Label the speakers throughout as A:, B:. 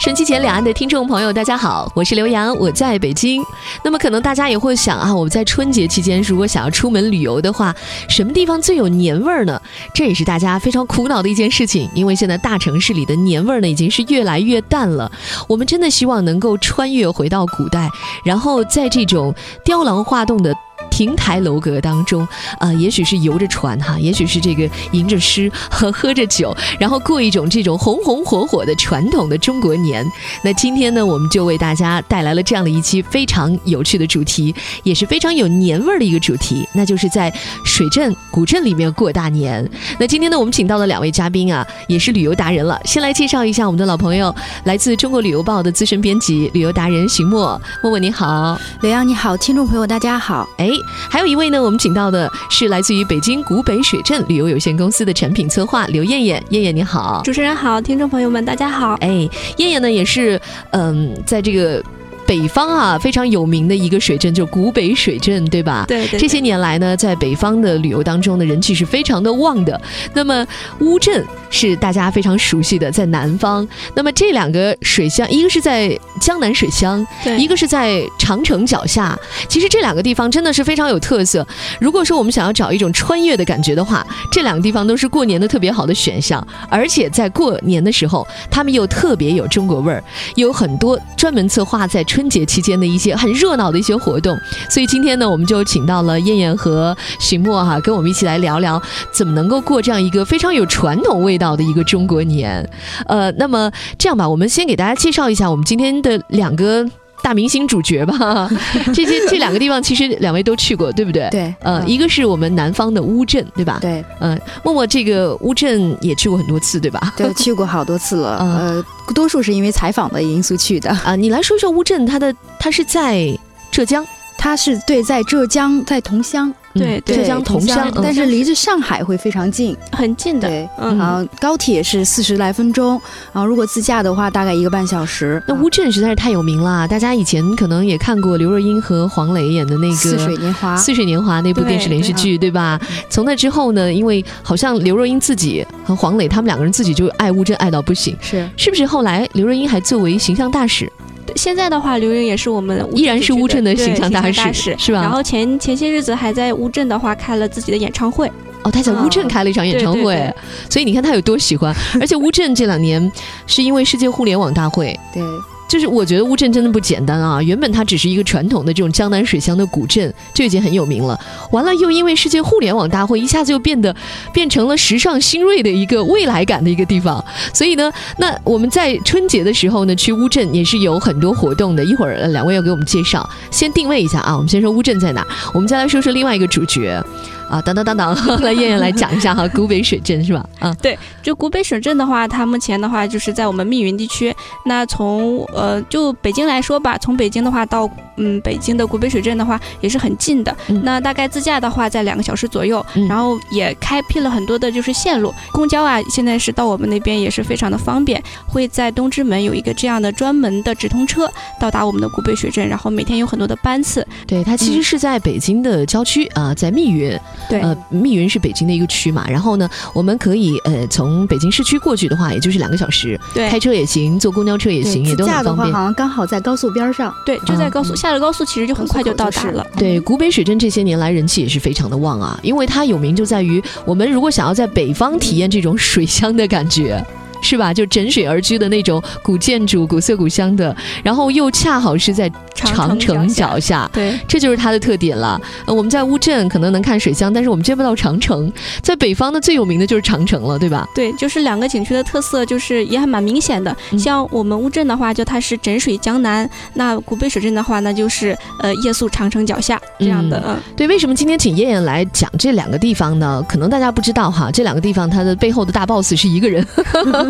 A: 神奇前两岸的听众朋友，大家好，我是刘洋，我在北京。那么可能大家也会想啊，我们在春节期间如果想要出门旅游的话，什么地方最有年味儿呢？这也是大家非常苦恼的一件事情，因为现在大城市里的年味儿呢已经是越来越淡了。我们真的希望能够穿越回到古代，然后在这种雕廊画栋的。亭台楼阁当中，啊、也许是游着船哈，也许是这个吟着诗和喝着酒， 然后过一种这种红红火火的传统的中国年。那今天呢，我们就为大家带来了这样的一期非常有趣的主题，也是非常有年味儿的一个主题，那就是在水镇古镇里面过大年。那今天呢，我们请到了两位嘉宾啊，也是旅游达人了。先来介绍一下我们的老朋友，来自中国旅游报的资深编辑、旅游达人邢默。默默你好，
B: 刘洋你好，听众朋友大家好。
A: 哎，还有一位呢，我们请到的是来自于北京古北水镇旅游有限公司的产品策划刘艳艳。艳艳你好，
C: 主持人好，听众朋友们大家好。
A: 哎，燕燕呢也是，嗯，在这个北方啊非常有名的一个水镇，就是古北水镇，对吧？
C: 对对
A: 这些年来呢，在北方的旅游当中呢，人气是非常的旺的。那么乌镇是大家非常熟悉的，在南方。那么这两个水乡，一个是在江南水乡，
C: 对
A: 一个是在长城脚下。其实这两个地方真的是非常有特色。如果说我们想要找一种穿越的感觉的话，这两个地方都是过年的特别好的选项。而且在过年的时候，他们又特别有中国味儿，有很多专门策划在春节期间的一些很热闹的一些活动。所以今天呢，我们就请到了燕燕和许墨哈、跟我们一起来聊聊怎么能够过这样一个非常有传统味道的一个中国年。呃，那么这样吧，我们先给大家介绍一下我们今天的两个。大明星主角 吧，这些这两个地方其实两位都去过，对不对？。
B: 对，
A: 呃，
B: 嗯
A: 一个是我们南方的乌镇，对吧？。
B: 对
A: 嗯、默默这个乌镇也去过很多次，对吧？
B: 对去过好多次了，
A: 嗯
B: 呃，多数是因为采访的因素去的。
A: 啊，你来说一说乌镇，它的它是在浙江，
B: 它是对在浙江，在桐乡，
C: 对
A: 嗯
C: 对
A: 浙江
B: 桐
A: 桐乡，
B: 但
A: 嗯
B: 是离着上海会非常近。
C: 很近的，
B: 对，
C: 嗯
B: 然后高铁是四十来分钟，然后如果自驾的话，大概一个半小时。啊
A: 那乌镇实在是太有名了，大家以前可能也看过刘若英和黄磊演的那个《
B: 似水年华，
A: 似水年华》那部
C: 对
A: 电视连续剧，对吧
B: 嗯？
A: 从那之后呢，因为好像刘若英自己和黄磊他们两个人自己就爱乌镇爱到不行，
B: 是
A: 是不是？后来刘若英还作为形象大使，
C: 对现在的话，刘英也是我们乌
A: 依然是乌镇的
C: 地区
A: 形象大
C: 对
A: 使
C: 大使
A: 是吧
C: 然后前前些日子还在乌镇的话开了自己的演唱会，
A: 哦，他在乌镇开了一场演唱会，
C: 对对
A: 所以你看他有多喜欢。而且乌镇这两年是因为世界互联网大会，
B: 对，
A: 就是我觉得乌镇真的不简单啊！原本它只是一个传统的这种江南水乡的古镇，就已经很有名了。完了，又因为世界互联网大会，一下子又变得变成了时尚新锐的一个未来感的一个地方。所以呢，那我们在春节的时候呢，去乌镇也是有很多活动的。一会儿呃两位要给我们介绍，先定位一下啊。我们先说乌镇在哪儿，我们再来说说另外一个主角啊，当当当 当，来燕燕来讲一下哈，古北水镇是吧？啊，
C: 就古北水镇的话，它目前的话就是在我们密云地区。那从呃，就北京来说吧，从北京的话到嗯北京的古北水镇的话也是很近的。
A: 嗯
C: 那大概自驾的话在两个小时左右，
A: 嗯
C: 然后也开辟了很多的就是线路，公交啊，现在是到我们那边也是非常的方便，会在东直门有一个这样的专门的直通车到达我们的古北水镇，然后每天有很多的班次。
A: 对，它其实是在北京的郊区啊，在密云。
C: 对，
A: 呃，密云是北京的一个区嘛，然后呢，我们可以呃从北京市区过去的话，也就是两个小时，
C: 对
A: 开车也行，坐公交车也
B: 对
A: 行，也
B: 自
A: 都
B: 驾
A: 很
B: 的
A: 方
B: 话
A: 便
B: 好。像刚好在高速边上，
C: 对，就在
A: 啊
C: 高速、
B: 嗯
C: 下了高速，其实就很快就到达了。
A: 对，古北水镇这些年来人气也是非常的旺啊，因为它有名就在于我们如果想要在北方体验这种水乡的感觉。是吧？就枕水而居的那种古建筑、古色古香的，然后又恰好是在长城脚下，
C: 对，
A: 这就是它的特点了。呃，我们在乌镇可能能看水乡，但是我们见不到长城。在北方呢，最有名的就是长城了，对吧？
C: 对，就是两个景区的特色，就是也还蛮明显的。
A: 嗯
C: 像我们乌镇的话，就它是枕水江南；那古北水镇的话，那就是呃夜宿长城脚下这样的。嗯，
A: 对，为什么今天请燕燕来讲这两个地方呢？可能大家不知道哈，这两个地方它的背后的大 boss 是一个人，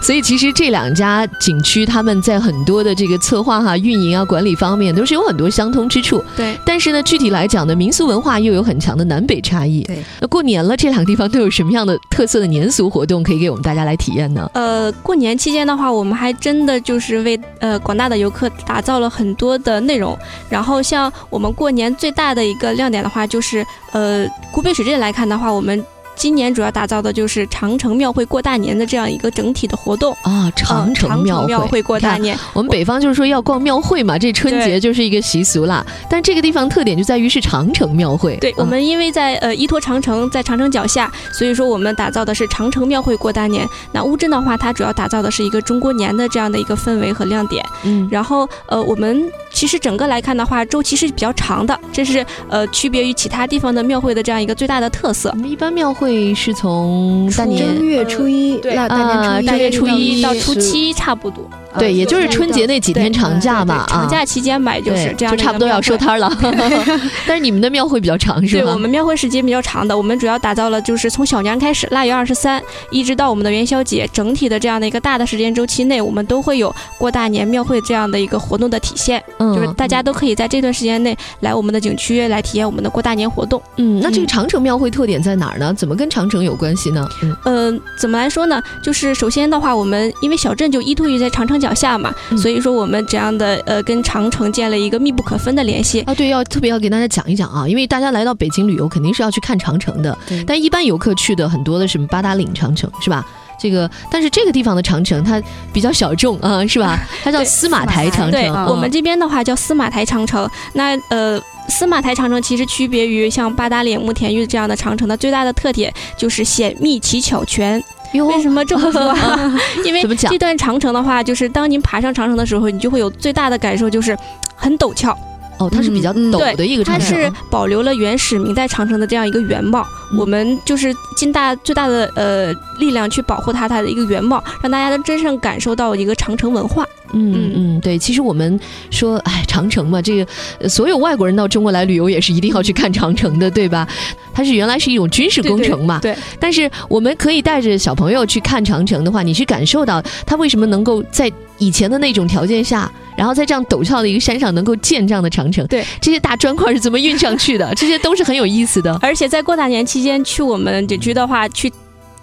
A: 所以其实这两家景区他们在很多的这个策划哈、运营啊、管理方面都是有很多相通之处。
C: 对，
A: 但是呢，具体来讲呢，民俗文化又有很强的南北差异。
B: 对，
A: 那过年了，这两个地方都有什么样的特色的年俗活动可以给我们大家来体验呢？
C: 呃，过年期间的话，我们还真的就是为呃广大的游客打造了很多的内容。然后像我们过年最大的一个亮点的话，就是呃古北水镇来看的话，我们。今年主要打造的就是长城庙会过大年的这样一个整体的活动。
A: 啊，长
C: 嗯
A: 城庙
C: 庙会过大
A: 看
C: 年，
A: 我们北方就是说要逛庙会嘛，这春节
C: 对
A: 就是一个习俗啦。但这个地方特点就在于是长城庙会，
C: 对
A: 啊，
C: 我们因为在呃依托长城，在长城脚下，所以说我们打造的是长城庙会过大年。那乌镇的话，它主要打造的是一个中国年的这样的一个氛围和亮点。
A: 嗯
C: 然后呃，我们其实整个来看的话，周期是比较长的，这是呃区别于其他地方的庙会的这样一个最大的特色
A: 我。们一般庙会是从大
B: 正
A: 年。
B: 月初一，
C: 对
B: 那大
A: 啊
B: 年初一，
C: 大
A: 月
C: 年
A: 初
C: 初一到
B: 十
C: 初，七差不多，
B: 啊
A: 对，也就是春节那几天
C: 对
A: 长假嘛，
C: 对长
A: 啊，
C: 假期间吧，也就是
A: 对
C: 这样的一
A: 差
C: 个庙会，
A: 不多要收摊了。 但是你们的庙会比较长，是
C: 对
A: 吧？
C: 我们庙会时间比较长的，我们主要打造了就是从小年开始，腊月二十三，一直到我们的元宵节，整体的这样的一个大的时间周期内，我们都会有过大年庙会这样的一个活动的体现，
A: 嗯，
C: 就是大家都可以在这段时间内来我们的景区来体验我们的过大年活动。
A: 嗯，那这个
C: 嗯
A: 长城庙会特点在哪儿呢？怎么跟长城有关系呢？嗯
C: 嗯，怎么来说呢？就是首先的话，我们因为小镇就依托于在长城脚下嘛，
A: 嗯
C: 所以说我们这样的呃跟长城建了一个密不可分的联系。
A: 啊，对，要特别要给大家讲一讲啊，因为大家来到北京旅游肯定是要去看长城的，
B: 对
A: 但一般游客去的很多的什么八达岭长城是吧？这个，但是这个地方的长城它比较小众啊，是吧？它叫
C: 对
A: 司马
B: 司马
A: 台
B: 台
A: 长城。
C: 对、
A: 啊
C: 我们这边的话叫司马台长城，那呃。司马台长城其实区别于像八达岭、慕田峪这样的长城的最大的特点就是险密奇巧全。
A: 哟
C: 为什么这么说、啊？ 因为
A: 怎么讲
C: 这段长城的话，就是当您爬上长城的时候，你就会有最大的感受就是很陡峭，
A: 哦，它是比较
B: 嗯嗯
A: 陡
C: 对
A: 的一个
C: 它
A: 长城
C: 是
A: 啊。
C: 保留了原始明代长城的这样一个原貌。
A: 嗯
C: 我们就是尽大最大的呃力量去保护它它的一个原貌，让大家都真正感受到一个长城文化。
A: 嗯嗯，对，其实我们说，哎，长城嘛，这个呃所有外国人到中国来旅游也是一定要去看长城的，对吧？它是原来是一种军事工程嘛，
C: 对对
A: 但是我们可以带着小朋友去看长城的话，你去感受到它为什么能够在以前的那种条件下，然后在这样陡峭的一个山上能够建这样的长城，
C: 对，
A: 这些大砖块是怎么运上去 的，这些都是很有意思的。
C: 而且在过大年期间去我们景区的话，去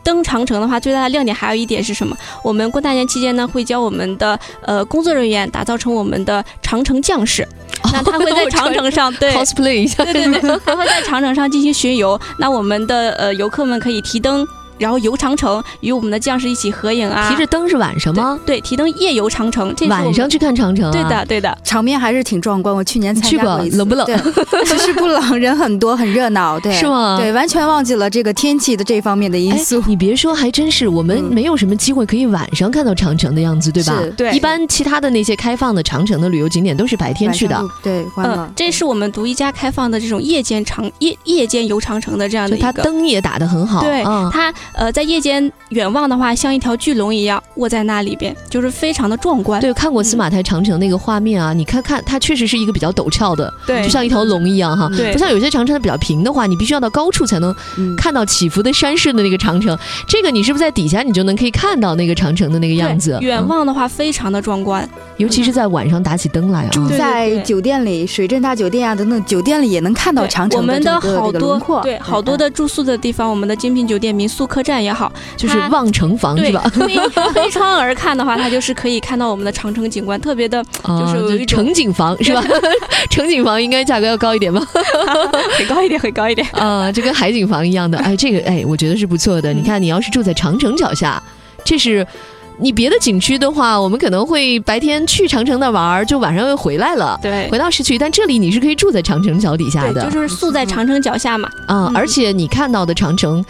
C: 登长城的话，最大的亮点还有一点是什么？我们过大年期间呢，会教我们的呃工作人员打造成我们的长城将士， 那他会在
A: 我
C: 长
A: 穿
C: 城上 对。
A: cosplay 一下，
C: 对对对，他会在长城上进行巡游。那我们的呃游客们可以提灯，然后游长城，与我们的将士一起合影啊。
A: 提着灯是晚上吗？
C: 对提灯夜游长城，这是我们
A: 晚上去看长城、啊？
C: 对的对的，
B: 场面还是挺壮观。我去年参
A: 去
B: 加
A: 过
B: 过一次，
A: 冷不冷
B: 对？其实不冷，人很多，很热闹。对，
A: 是吗？
B: 对，完全忘记了这个天气的这方面的因
A: 哎
B: 素，，
A: 你别说，还真是，我们
B: 嗯
A: 没有什么机会可以晚上看到长城的样 子，对吧？
B: 是
C: 对
A: 一般其他的那些开放的长城的旅游景点都是白天去
B: 晚
A: 的，
B: 上就对，关了
C: 嗯，。这是我们独一家开放的这种夜间长夜夜间游长城的这样
A: 就
C: 的一
A: 它
C: 个
A: 灯也打得很好，
C: 对
A: 嗯
C: 它呃在夜间远望的话，像一条巨龙一样卧在那里边，就是非常的壮观。
A: 对，看过司马台长城那个画面啊，你看看，它确实是一个比较陡峭的，
C: 对
A: 就像一条龙一样哈。
B: 嗯
C: 对
A: 不像有些长城它比较平的话，你必须要到高处才能
B: 嗯，
A: 看到起伏的山势的那个长城。这个你是不是在底下你就能可以看到那个长城的那个样子？
C: 对远
A: 嗯
C: 望的话非常的壮观。
A: 尤其是在晚上打起灯来啊。
B: 住
C: 对
B: 在
C: 对
B: 酒店里，水镇大酒店啊等等，酒店里也能看到
C: 对
B: 长城
C: 我们
B: 的
C: 的
B: 整个
C: 好
B: 这个轮廓
C: 多
A: 哦
C: 对好
A: 嗯
C: 多的住宿的地方，我们的精品酒店、民宿、客栈也好，
A: 就是
C: 它
A: 望城防是
C: 对
A: 吧？
C: 推推窗而看的话，它就是可以看到我们的长城景观，特别的
A: 啊，
C: 就是有一种
A: 城景房 是吧？城景房应该价格要高一点 吧？
C: 很高一点，很高一点。
A: 啊，就跟海景房一样的。哎，这个哎，我觉得是不错的。
C: 嗯
A: 你看，你要是住在长城脚下，这是。你别的景区的话，我们可能会白天去长城那玩儿，就晚上又回来了，
C: 对
A: 回到市区。但这里你是可以住在长城脚底下
C: 对，
B: 嗯
A: 的，
C: 就是宿在
A: 嗯
C: 长城脚下嘛。
A: 啊、
C: 嗯
A: 而且你看到的长城，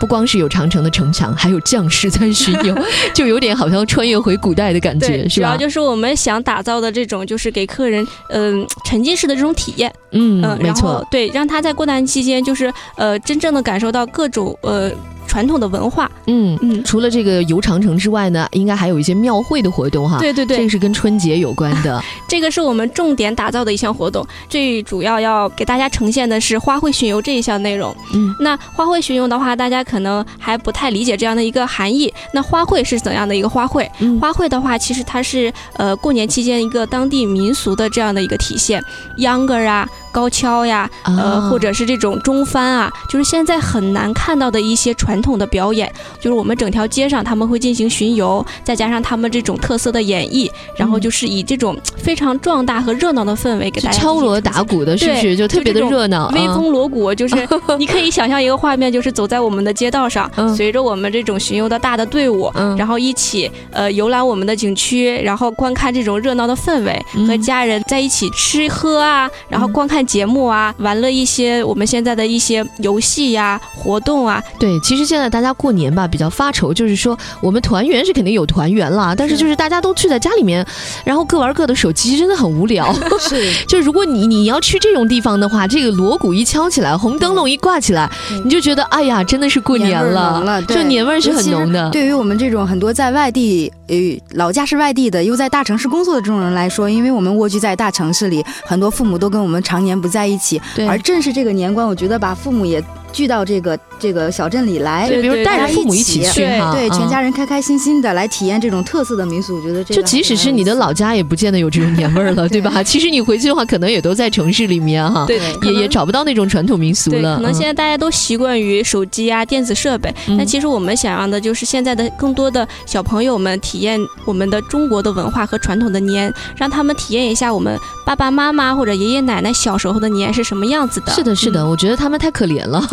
A: 不光是有长城的城墙，还有将士在巡游，就有点好像穿越回古代的感
C: 对，
A: 觉，是
C: 主
A: 吧
C: 要？就是我们想打造的这种，就是给客人嗯、沉浸式的这种体验。
A: 嗯，
C: 嗯，
A: 没
C: 然
A: 错
C: 后。对，让他在过年期间就是呃，真正的感受到各种呃传统的文化。
A: 嗯，
C: 嗯，
A: 除了这个游长城之外呢，应该还有一些庙会的活动哈。
C: 对对
A: 这
C: 对
A: 个，是跟春节有关的。
C: 啊这个是我们重点打造的一项活动，最主要要给大家呈现的是花卉巡游这一项内容。
A: 嗯，
C: 那花卉巡游的话，大家可能还不太理解这样的一个含义。那花卉是怎样的一个花卉？
A: 嗯
C: 花卉的话，其实它是呃过年期间一个当地民俗的这样的一个体现，秧歌儿啊、高跷呀，呃，
A: 啊
C: 或者是这种中翻啊，就是现在很难看到的一些传统的表演，就是我们整条街上他们会进行巡游，再加上他们这种特色的演绎，然后就是以这种非常壮大和热闹的氛围给
A: 就
C: 大家
A: 敲
C: 进行
A: 锣
C: 呈
A: 打
C: 现
A: 鼓的，是不
C: 对
A: 是就特
C: 就
A: 别的
C: 这种
A: 热闹？
C: 威
A: 嗯
C: 风锣 鼓，就是你可以想象一个画面，就是走在我们的街道上，
A: 嗯
C: 随着我们这种巡游的大的队伍，
A: 嗯
C: 然后一起呃游览我们的景区，然后观看这种热闹的氛围，
A: 嗯
C: 和家人在一起吃喝啊，然后
A: 嗯
C: 观看节目啊，玩乐一些我们现在的一些游戏呀、活动啊，
A: 对，其实现在大家过年吧比较发愁，就是说我们团圆是肯定有团圆啦，但是
C: 是
A: 就是大家都聚在家里面，然后各玩各的手机，真的很无聊。
B: 是，
A: 就如果你你要去这种地方的话，这个锣鼓一敲起来，红灯笼一挂起来
B: 对，
A: 你就觉得哎呀，真的是过
B: 年
A: 年
B: 味儿
A: 了，
B: 浓了
A: 就
B: 对
A: 年味儿是
B: 尤
A: 很
B: 其是
A: 浓的。
B: 对于我们这种很多在外地，呃，老家是外地的，又在大城市工作的这种人来说，因为我们蜗居在大城市里，很多父母都跟我们常年不在一起，
A: 对
B: 而正是这个年关，我觉得把父母也聚到这个这个小镇里来，
A: 就
C: 对
A: 比如
C: 对
A: 带
B: 大
A: 着
B: 家
A: 父母
B: 一
A: 一起
B: 起
A: 去
C: 对
A: 哈，
B: 对，全
A: 嗯
B: 家人开开心心的来体验这种特色的民俗，我觉得这
A: 就
B: 个
A: 即
B: 还
A: 使
B: 蛮
A: 是
B: 有
C: 嗯
A: 你的
B: 意思
A: 老家也不见得有这种年味儿了，对吧？其实你回去的话，可能也都在城市里面哈，
C: 对
A: 哦也也。找不到那种传统民俗
C: 对，
A: 了。
C: 可能
A: 嗯
C: 现在大家都习惯于手机啊、电子设备，
A: 嗯
C: 但其实我们想要的就是现在的更多的小朋友们体验我们的中国的文化和传统的年，让他们体验一下我们爸爸妈妈或者爷爷奶奶小时候的年是什么样子的。
A: 是的，是
C: 嗯
A: 的，我觉得他们太可怜 了。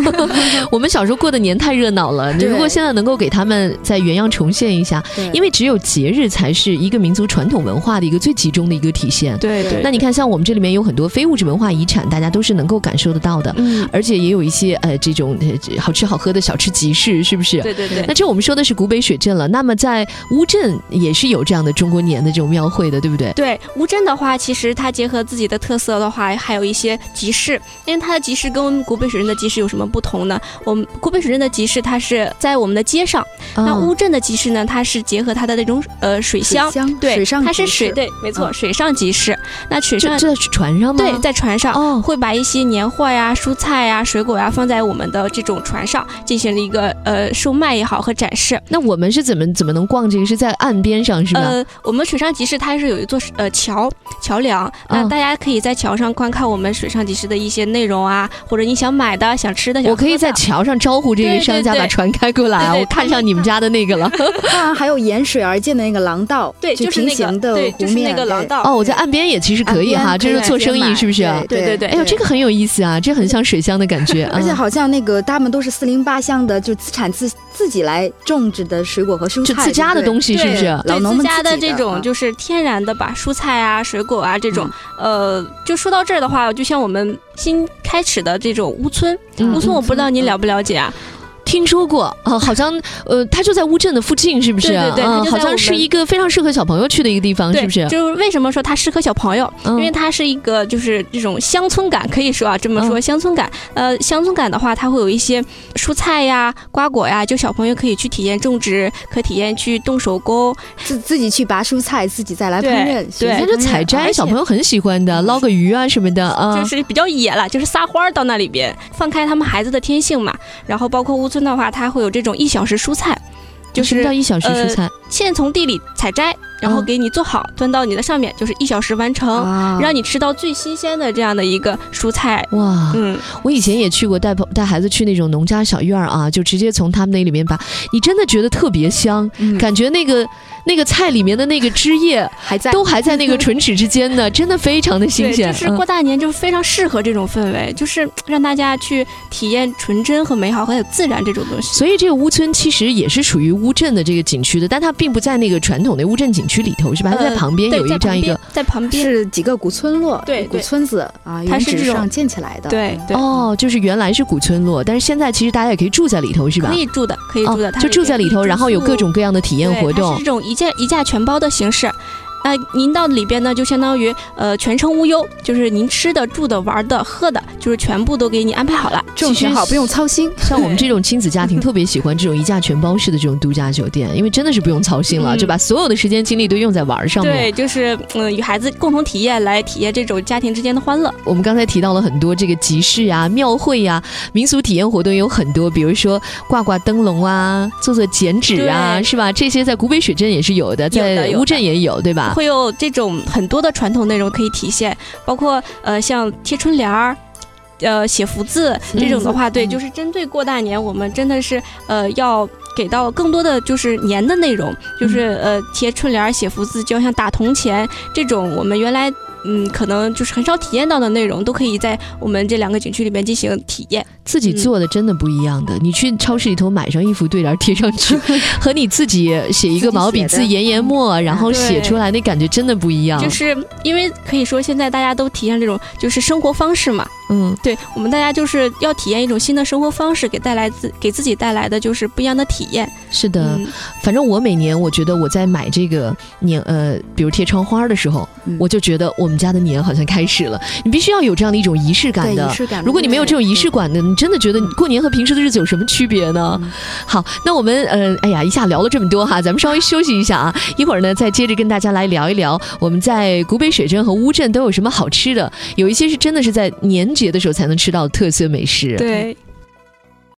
A: 我们小时候过的年太热闹了，
B: 对
A: 如果现在能够给他们在原样重现一下，
B: 对
A: 因为只有节日才是一个民族传统文化的一个最集中的一个体现。
C: 嗯对对，
A: 那你看，像我们这里面有很多非物质文化遗产，大家都是能够感受得到的，
C: 嗯，
A: 而且也有一些呃这种呃这好吃好喝的小吃集市，是不是？
C: 对对对
A: 那。这我们说的是古北水镇了，那么在乌镇也是有这样的中国年的这种庙会的，对不对？
C: 对乌镇的话，其实它结合自己的特色的话，还有一些集市。因为它的集市跟古北水镇的集市有什么不同呢？我们古北水镇的集市它是在我们的街上，那
A: 啊
C: 乌镇的集市呢，它是结合它的那种呃水乡，
B: 乡
C: 对，
B: 水上
C: 它是
B: 集
C: 水，
B: 市
C: 对，没错，
B: 嗯
C: 水上集市。那水
A: 这
C: 上
A: 这是船上吗？
C: 对，在船上。
A: 哦，
C: 会把一些年货呀、蔬菜呀、水果呀放在我们的这种船上，进行了一个呃售卖也好和展示。
A: 那我们是怎么怎么能逛这个？是在岸边上是吧？
C: 呃，我们水上集市它是有一座呃桥桥梁，那
A: 嗯
C: 大家可以在桥上观看我们水上集市的一些内容啊，或者你想买的、想吃的，想
A: 我可以
C: 喝
A: 在
C: 的
A: 桥上招呼这个
C: 对
A: 商
C: 对
A: 家
C: 对
A: 把船开过来啊，
C: 对对
A: 我看上你们家的那个 了。
B: 当然还有沿水而建的那个廊道，
C: 对，就是
B: 平
C: 那个
B: 行的
C: 对，
B: 湖
C: 就是那
B: 面
C: 个廊。
B: 对
C: 道
A: 哦，我在岸边也其实可以哈，
B: 岸边
A: 这
B: 可以
A: 是
B: 来
A: 做
B: 街
A: 生意
B: 买
A: 是不是？
B: 对
C: 对对对
A: 哎呦，这个很有意思啊，这很像水乡的感 觉。
B: 而且
A: 嗯
B: 好像那个他们都是四零八乡的，就自产自自己来种植的水果和蔬
A: 就
B: 菜，
A: 自家的东
B: 西。
A: 西是不
C: 对
A: 是？
B: 老
C: 对
B: 农
C: 自
B: 们
C: 家
B: 自
C: 的
B: 己
C: 这
B: 的
C: 种
B: 啊
C: 就是天然的把蔬菜啊、水果啊这种，呃，就说到这儿的话，就像我们新开始的这种乌村，
A: 嗯
C: 乌村我不知道
B: 嗯
C: 您了不了解啊？
A: 听说过啊，好像呃，它就在乌镇的附近，是不是？
C: 对对对它
A: 嗯
C: 就在
A: 好
C: 我
A: 像
C: 们
A: 是一个非常适合小朋友去的一个地方，
C: 对，
A: 是嗯不是？
C: 就是为什么说它适合小朋友？
A: 因
C: 因为它是一个就是这种乡村感，可以说啊，这么
A: 嗯
C: 说乡村感。呃，乡村感的话，它会有一些蔬菜呀、瓜果呀，就小朋友可以去体验种植，可体验去动手工。
B: 自自己去拔蔬菜，自己再来烹
C: 对
B: 饪，学
C: 对
A: 它
B: 习
C: 嗯
B: 烹
A: 就
B: 饪
A: 采摘，
C: 而且嗯
A: 小朋友很喜欢的，捞个鱼啊什么的啊
C: 就。是比较野了，就是撒欢儿到那里边，放开他们孩子的天性嘛。然后包括乌村的话，它会有这种一小时蔬菜，就
A: 什么叫
C: 是
A: 一小时蔬
C: 呃
A: 菜？
C: 现从地里采摘，然后
A: 嗯
C: 给你做好，端到你的上面，就是一小时完成，
B: 啊，
C: 让你吃到最新鲜的这样的一个蔬菜。
A: 哇，
C: 嗯，
A: 我以前也去过带朋带孩子去那种农家小院儿啊，就直接从他们那里面拔，你真的觉得特别香，
B: 嗯
A: 感觉那个那个菜里面的那个汁
C: 哎
A: 液
B: 还在
A: 都还在那个唇齿之间 呢，真的非常的新
C: 对，
A: 鲜。嗯
C: 就是过大年就非常适合这种氛围，就是让大家去体验纯真和美好，还有自然这种东西。
A: 所以这个乌村其实也是属于乌镇的这个景区的，但它并不在那个传统的乌镇景区里头，是吧？它
C: 呃
A: 在旁边
C: 对
A: 有一
C: 在
A: 这样
C: 旁
A: 一个
C: 边。在旁边，
B: 是几个古村落，
C: 对
B: 古
C: 对
B: 村子啊，
C: 它
B: 原
C: 是
B: 址
C: 这种
B: 上建起来的，
C: 对对，
A: 哦，就是原来是古村落，但是现在其实大家也可以住在里头，是吧？
C: 可以住的，可以住的，
A: 哦
C: 它
A: 就住
C: 边
A: 在里
C: 可以
A: 头，
C: 住
A: 然后有
C: 宿
A: 各种各样的体验
C: 对
A: 活
C: 它
A: 动
C: 是这。种一价一价全包的形式。呃，您到里边呢，就相当于呃全程无忧，就是您吃的、住的、玩的、喝的，就是全部都给你安排好了。
A: 其
B: 种
A: 实
B: 植好不用操心，
A: 像我们这种亲子家庭特别喜欢这种一价全包式的这种度假酒店，因为真的是不用操心了，
C: 嗯
A: 就把所有的时间精力都用在玩儿上面。
C: 对，就是嗯，与孩子共同体验，来体验这种家庭之间的欢乐。
A: 我们刚才提到了很多这个集市呀、庙会呀、民俗体验活动有很多，比如说挂挂灯笼啊、做做剪纸啊，
C: 对
A: 是吧？这些在古北水镇也是有的，
C: 有的
A: 在
C: 有的
A: 乌镇也有，对吧？
C: 会有这种很多的传统内容可以体现，包括呃像贴春联儿。呃，写福字这种的话，对，
B: 嗯
C: 就是针对过大年，我们真的是呃要给到更多的就是年的内容，就是
B: 嗯
C: 呃贴春联儿、写福字，就像打铜钱这种，我们原来嗯可能就是很少体验到的内容，都可以在我们这两个景区里面进行体验。
A: 自己做的真的不一样
C: 嗯
A: 的。你去超市里头买上一幅对联贴上 去，和你自己写一个毛笔
B: 自
A: 字
B: 己写的
A: 研研墨，然后写出来那感觉真的不
B: 啊
A: 一样。
C: 就是因为可以说现在大家都体验这种就是生活方式嘛，
A: 嗯，
C: 对我们大家就是要体验一种新的生活方式，给带来自给自己带来的就是不一样的体验。
A: 是的。
C: 嗯，
A: 反正我每年我觉得我在买这个年呃，比如贴窗花的时候，
B: 嗯
A: 我就觉得我们家的年好像开始了。你必须要有这样的一种仪式感
B: 对
A: 的
B: 仪。式感的。
A: 如果你没有这种仪式
B: 对
A: 感的，你真的觉得你过年和平时的日子有什么区别呢？
B: 嗯
A: 好，那我们呃，哎呀，一下聊了这么多哈，咱们稍微休息一下啊，一会儿呢再接着跟大家来聊一聊我们在古北水镇和乌镇都有什么好吃的，有一些是真的是在年节的时候才能吃到的特色美食。
C: 对，